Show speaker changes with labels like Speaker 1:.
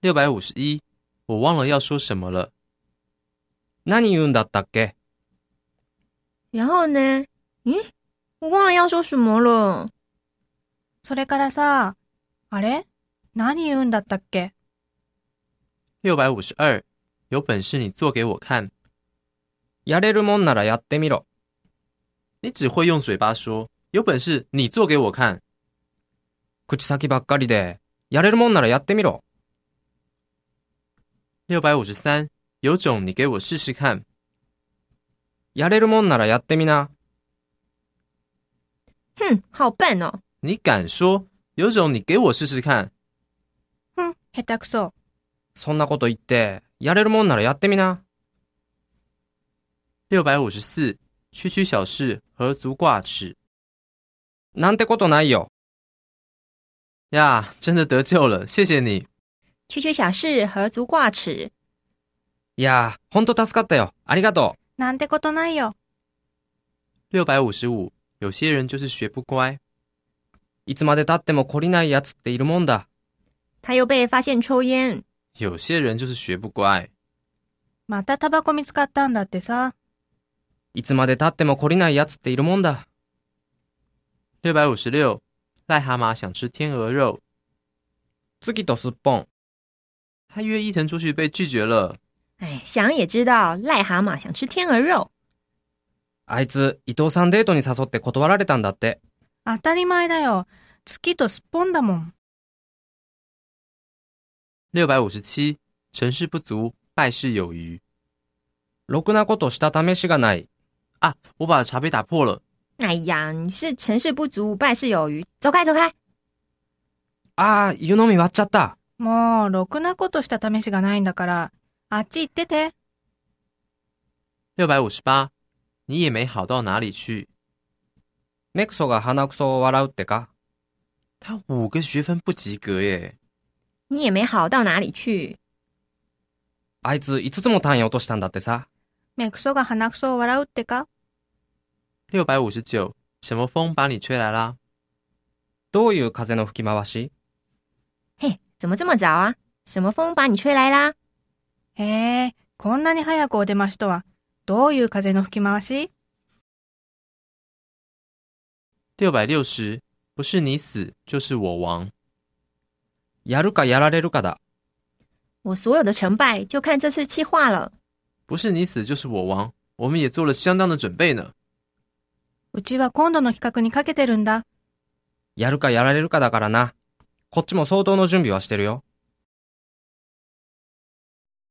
Speaker 1: 六百五十一，我忘了要说什么了。
Speaker 2: 何言うんだったっけ
Speaker 3: 然后呢？咦，我忘了要说什么了。
Speaker 4: それからさ、あれ何言うんだったっけ
Speaker 1: 六百五十二，有本事你做给我看。
Speaker 2: やれるもんならやってみろ。
Speaker 1: 你只会用嘴巴说，有本事你做给我看。
Speaker 2: 口先ばっかりで、やれるもんならやってみろ。
Speaker 1: 六百五十三，有种你给我试试看。
Speaker 2: やれるもんならやってみな。
Speaker 3: 哼，好笨哦！
Speaker 1: 你敢说，有种你给我试试看。
Speaker 4: ふん、下手くそ。
Speaker 2: そんなこと言って、やれるもんならやってみな。
Speaker 1: 六百五十四，区区小事，何足挂齿
Speaker 2: なんてことないよ。
Speaker 1: 呀！真的得救了，谢谢你。
Speaker 3: 区区小事，何足挂齿。
Speaker 2: いやー、ほんと助かったよ。ありがとう。
Speaker 4: なんてことないよ。
Speaker 1: 六百五十五，有些人就是学不乖。
Speaker 2: いつまで経っても懲りないやつっているもんだ。
Speaker 3: 他又被发现抽烟。
Speaker 1: 有些人就是学不乖。
Speaker 4: またタバコ見つかったんだってさ。
Speaker 2: いつまで経っても懲りないやつっているもんだ。
Speaker 1: 六百五十六，癞蛤蟆想吃天鹅肉，
Speaker 2: 月とすっぽん。
Speaker 1: 他约伊藤出去被拒绝了。
Speaker 3: 哎，想也知道，癞蛤蟆想吃天鹅肉。
Speaker 2: あいつ、伊藤さんデートに誘って断られたんだって。
Speaker 4: 当たり前だよ。月とすっぽんだもん。
Speaker 1: 六百五十七，成事不足，败事有余
Speaker 2: ろくなことした試しがない。
Speaker 1: 啊！我把茶杯打破了。
Speaker 3: 哎呀，你是成事不足，败事有余。走开，走开！
Speaker 2: あー、湯飲み割っちゃった。
Speaker 4: もう、ろくなことした試しがないんだから、あっち行ってて。
Speaker 1: 六百五十八，你也没好到哪里去。
Speaker 2: 目くそが鼻くそを笑うってか。
Speaker 1: 他五个学分不及格耶！
Speaker 3: 你也没好到哪里去。
Speaker 2: あいつ、5つも単位落としたんだってさ。
Speaker 4: 目くそが鼻くそを笑うってか。
Speaker 1: 六百五十九，什么风把你吹来啦？
Speaker 2: どういう風の吹き回し
Speaker 3: 嘿，怎么这么早啊？什么风把你吹来啦？
Speaker 4: へえ、こんなに早くお出ましとは、どういう風の吹き回し
Speaker 1: 六百六十，不是你死就是我亡。
Speaker 2: やるかやられるかだ。
Speaker 3: 我所有的成败就看这次气化了。
Speaker 1: 不是你死就是我亡，我们也做了相当的准备呢。
Speaker 4: うちは今度の企画にかけてるんだ。
Speaker 2: やるかやられるかだからな。こっちも相当の準備はしてるよ。